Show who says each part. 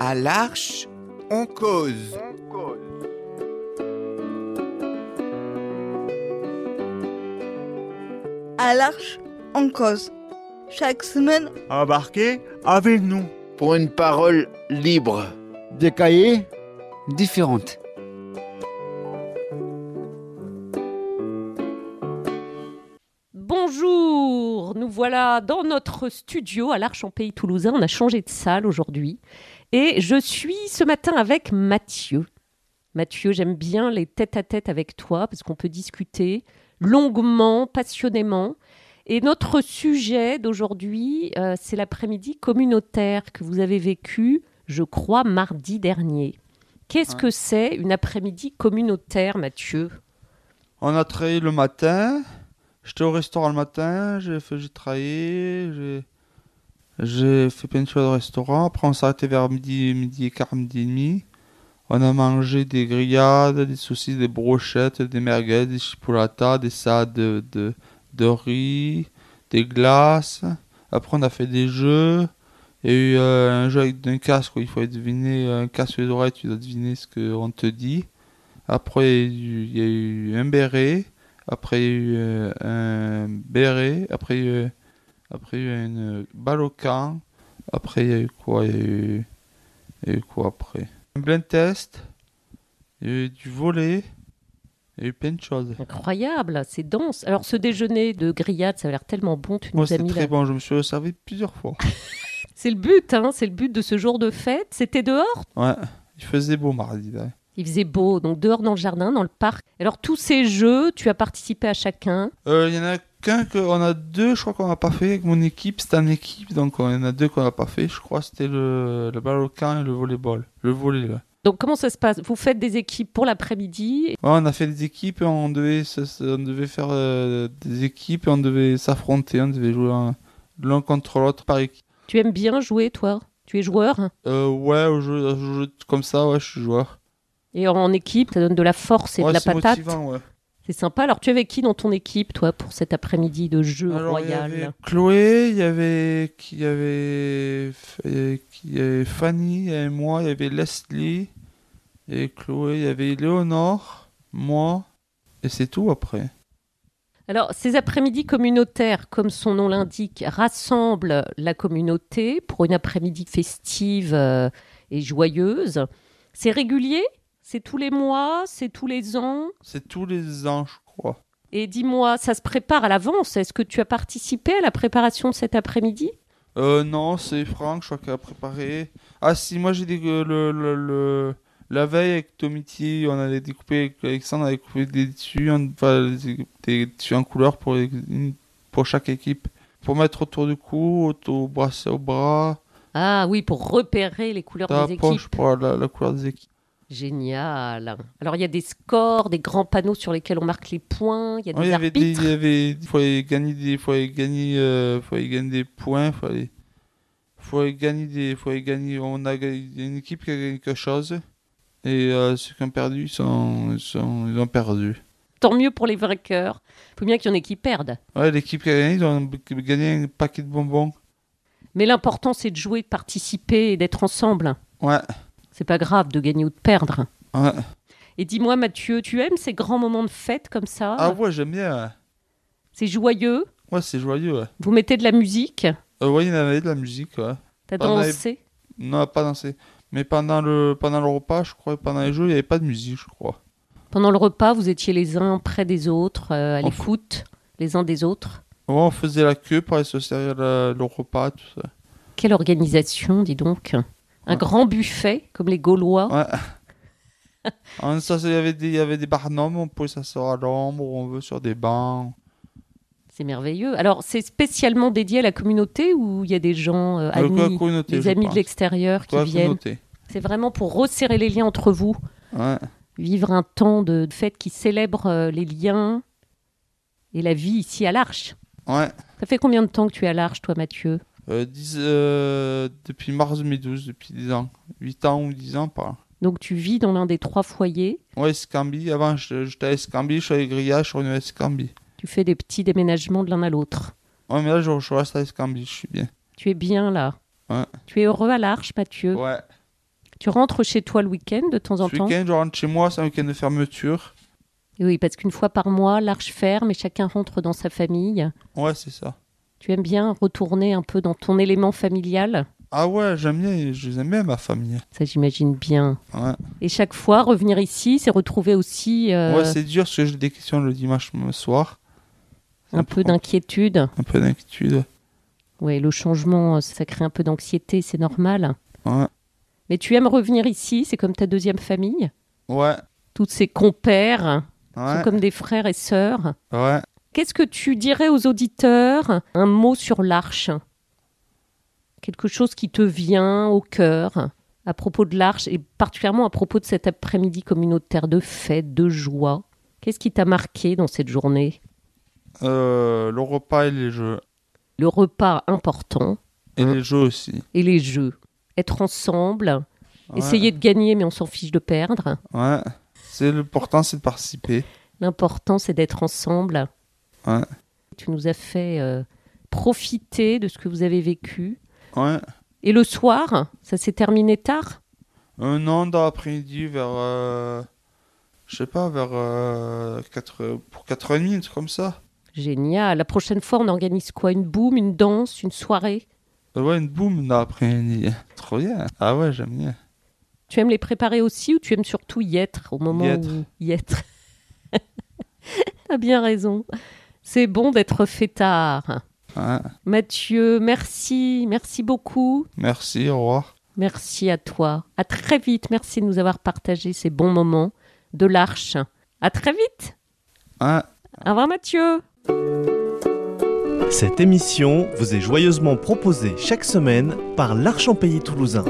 Speaker 1: À l'arche, on cause.
Speaker 2: À l'arche, on cause. Chaque semaine,
Speaker 3: Embarquez avec nous.
Speaker 4: pour une parole libre.
Speaker 5: Des cahiers
Speaker 6: différentes.
Speaker 7: Bonjour, nous voilà dans notre studio à l'Arche en Pays Toulousain. On a changé de salle aujourd'hui et je suis ce matin avec Mathieu. Mathieu, j'aime bien les tête-à-tête avec toi parce qu'on peut discuter longuement, passionnément. Et notre sujet d'aujourd'hui, euh, c'est l'après-midi communautaire que vous avez vécu, je crois, mardi dernier. Qu'est-ce que c'est une après-midi communautaire, Mathieu
Speaker 3: On a travaillé le matin. J'étais au restaurant le matin. J'ai fait, j'ai travaillé. J'ai, j'ai fait plein de choses au restaurant. Après, on s'est arrêté vers midi, midi et quart, midi et demi. On a mangé des grillades, des saucisses, des brochettes, des merguez, des chipolatas, des salades de, de, de riz, des glaces. Après, on a fait des jeux. Il y a eu euh, un jeu avec un casque où il fallait deviner, euh, un casque sur les oreilles, tu dois deviner ce qu'on te dit. Après, il y a eu il y a eu un béret. Après, il y a eu euh, un béret. Après, il y a eu- après, il y a eu une balle au camp. Après, il y a eu quoi Il y a eu, il y a eu quoi après Un blind test. Il y a eu du volet. Il y a eu plein de choses.
Speaker 7: Incroyable, c'est dense. Alors ce déjeuner de grillade, ça a l'air tellement bon. Tu nous
Speaker 3: Moi,
Speaker 7: as
Speaker 3: c'était
Speaker 7: mis
Speaker 3: très
Speaker 7: là.
Speaker 3: bon. Je me suis servi plusieurs fois.
Speaker 7: C'est le but, hein, c'est le but de ce jour de fête. C'était dehors.
Speaker 3: Ouais, il faisait beau mardi. là.
Speaker 7: Il faisait beau, donc dehors dans le jardin, dans le parc. Alors tous ces jeux, tu as participé à chacun.
Speaker 3: Euh, Il y en a qu'un que on a deux, je crois qu'on n'a pas fait avec mon équipe. C'était en équipe, donc on- il y en a deux qu'on n'a pas fait. Je crois que c'était le, le balle au camp et le volleyball. Le volley, là.
Speaker 7: Donc comment ça se passe Vous faites des équipes pour l'après-midi.
Speaker 3: Ouais, on a fait des équipes et on devait, se- se- on devait faire euh, des équipes et on devait s'affronter. On devait jouer en- l'un contre l'autre par équipe.
Speaker 7: Tu aimes bien jouer, toi Tu es joueur hein
Speaker 3: Euh, ouais, au jeu, au jeu comme ça, ouais, je suis joueur.
Speaker 7: et en équipe, ça donne de la force et
Speaker 3: Ouais,
Speaker 7: de la
Speaker 3: c'est
Speaker 7: patate.
Speaker 3: motivant, ouais.
Speaker 7: C'est sympa. Alors, tu es avec qui dans ton équipe, toi, pour cet après-midi de jeu
Speaker 3: Alors, il y
Speaker 7: royal
Speaker 3: avait Chloé, il y avait qui il y avait il y avait- il y avait Fanny, il y avait moi, il y avait Leslie, il y avait Chloé, il y avait Léonore, moi et c'est tout après.
Speaker 7: Alors, ces après-midi communautaires, comme son nom l'indique, rassemblent la communauté pour une après-midi festive euh, et joyeuse. C'est régulier C'est tous les mois C'est tous les ans
Speaker 3: C'est tous les ans, je crois.
Speaker 7: Et dis-moi, ça se prépare à l'avance Est-ce que tu as participé à la préparation de cet après-midi
Speaker 3: Euh non, c'est Franck, je crois qu'il a préparé. Ah si, moi j'ai dit que le, le, le- la veille avec Tomiti, on avait découpé avec Alexandre, on avait coupé des tissus, en- enfin, des- des tissus en couleur pour les- une- pour chaque équipe, pour mettre autour du cou, autour au bracelet au bras.
Speaker 7: Ah oui, pour repérer les couleurs
Speaker 3: Ta
Speaker 7: des équipes.
Speaker 3: poche pour la, la couleur des équipes.
Speaker 7: Génial. Alors, il y a des scores, des grands panneaux sur lesquels on marque les points, il y a des
Speaker 3: Ouais, il y avait
Speaker 7: arbitres.
Speaker 3: des, il y avait, il fallait gagner des, il fallait gagner, euh, il fallait gagner des points, il fallait, il fallait gagner des, il fallait gagner. On a gagné- il y a une équipe qui a gagné quelque chose et euh, ceux qui ont perdu, ils sont, ils sont- ils ont perdu.
Speaker 7: Tant mieux pour les vainqueurs. Il faut bien qu'il y en ait qui perdent.
Speaker 3: Ouais, l'équipe qui a gagné, ils ont gagné un paquet de bonbons.
Speaker 7: Mais l'important, c'est de jouer, de participer et d'être ensemble.
Speaker 3: Ouais,
Speaker 7: C'est pas grave de gagner ou de perdre.
Speaker 3: ouais.
Speaker 7: Et dis-moi, Mathieu, tu aimes ces grands moments de fête comme ça
Speaker 3: Ah ouais, j'aime bien. ouais.
Speaker 7: C'est joyeux.
Speaker 3: Ouais, c'est joyeux. Ouais.
Speaker 7: Vous mettez de la musique.
Speaker 3: Euh, ouais, il y en avait de la musique. Ouais.
Speaker 7: T'as
Speaker 3: Pas mal.
Speaker 7: dansé.
Speaker 3: Non, pas dansé. Mais pendant le, pendant le repas, je crois, et pendant les jeux, il n'y avait pas de musique, je crois.
Speaker 7: Pendant le repas, vous étiez les uns près des autres, euh, à
Speaker 3: On-
Speaker 7: l'écoute les uns des autres.
Speaker 3: Ouais, on faisait la queue pour aller se servir le, le repas, tout ça.
Speaker 7: Quelle organisation, dis donc. Un
Speaker 3: Ouais.
Speaker 7: grand buffet, comme les Gaulois.
Speaker 3: Ouais. En Hein, ça, il y avait des, il y avait des barnums, on pouvait s'asseoir à l'ombre, on veut sur des bancs.
Speaker 7: C'est merveilleux. Alors, c'est spécialement dédié à la communauté ou il y a des gens euh,
Speaker 3: Le
Speaker 7: amis,
Speaker 3: communauté,
Speaker 7: des
Speaker 3: je
Speaker 7: amis de
Speaker 3: pense.
Speaker 7: l'extérieur qui
Speaker 3: Quoi,
Speaker 7: viennent
Speaker 3: communauté.
Speaker 7: C'est vraiment pour resserrer les liens entre vous,
Speaker 3: Ouais.
Speaker 7: vivre un temps de, de fête qui célèbre euh, les liens et la vie ici à l'Arche.
Speaker 3: Ouais.
Speaker 7: Ça fait combien de temps que tu es à l'Arche, toi, Mathieu
Speaker 3: Euh, dix- euh, depuis mars 2012, depuis 10 ans. 8 ans ou 10 ans, par là.
Speaker 7: Donc, tu vis dans l'un des trois foyers,
Speaker 3: Ouais, Escambie. Avant, je- j'étais à Escambie, je suis allé grillage sur une Escambie.
Speaker 7: tu fais des petits déménagements de l'un à l'autre.
Speaker 3: Ouais, mais là, je, je reste à Escambie, je suis bien.
Speaker 7: Tu es bien là.
Speaker 3: Ouais.
Speaker 7: Euh, Tu es heureux à l'Arche, Mathieu.
Speaker 3: Ouais.
Speaker 7: Tu rentres chez toi le week-end de temps en
Speaker 3: Ce
Speaker 7: temps
Speaker 3: week-end, je rentre chez moi, c'est un week-end de fermeture.
Speaker 7: Oui, parce qu'une fois par mois, l'arche ferme et chacun rentre dans sa famille.
Speaker 3: Ouais, c'est ça.
Speaker 7: Tu aimes bien retourner un peu dans ton élément familial
Speaker 3: Ah ouais, j'aime bien, je les aime bien, ma famille.
Speaker 7: Ça, j'imagine bien.
Speaker 3: Ouais,
Speaker 7: Et chaque fois, revenir ici, c'est retrouver aussi euh,
Speaker 3: ouais c'est dur parce que j'ai des questions le dimanche soir. C'est
Speaker 7: un peu d'inquiétude.
Speaker 3: Un peu d'inquiétude.
Speaker 7: Ouais, le changement, euh, ça crée un peu d'anxiété, c'est normal.
Speaker 3: Ouais.
Speaker 7: Mais tu aimes revenir ici, c'est comme ta deuxième famille.
Speaker 3: Ouais,
Speaker 7: Tous ces compères hein,
Speaker 3: ouais,
Speaker 7: sont comme des frères et sœurs.
Speaker 3: ouais.
Speaker 7: Qu'est-ce que tu dirais aux auditeurs Un mot sur l'arche Quelque chose qui te vient au cœur à propos de l'arche et particulièrement à propos de cet après-midi communautaire de fête, de joie. Qu'est-ce qui t'a marqué dans cette journée
Speaker 3: Euh, le repas et les jeux.
Speaker 7: Le repas important
Speaker 3: Et les jeux aussi.
Speaker 7: et les jeux. Être ensemble,
Speaker 3: Ouais,
Speaker 7: essayer de gagner mais on s'en fiche de perdre.
Speaker 3: Ouais. C'est l'important, c'est de participer.
Speaker 7: L'important c'est d'être ensemble.
Speaker 3: Ouais.
Speaker 7: Tu nous as fait euh, profiter de ce que vous avez vécu.
Speaker 3: Ouais.
Speaker 7: Et le soir, ça s'est terminé tard
Speaker 3: Un an d'après-midi vers. euh, je sais pas, vers. euh, quatre- pour 4 minutes, comme ça.
Speaker 7: Génial. La prochaine fois, on organise quoi Une boum, une danse, une soirée
Speaker 3: Euh, Ouais, une boum d'après-midi. Trop bien. Ah ouais, j'aime bien.
Speaker 7: Tu aimes les préparer aussi ou tu aimes surtout y être au moment
Speaker 3: Y être.
Speaker 7: où y être T'as bien raison. C'est bon d'être fêtard.
Speaker 3: Ouais.
Speaker 7: Mathieu, merci, merci beaucoup.
Speaker 3: Merci, au revoir.
Speaker 7: Merci à toi. À très vite. Merci de nous avoir partagé ces bons moments de l'arche. À très vite.
Speaker 3: Ouais.
Speaker 7: Au revoir Mathieu.
Speaker 5: Cette émission vous est joyeusement proposée chaque semaine par l'Arch en Pays Toulousain.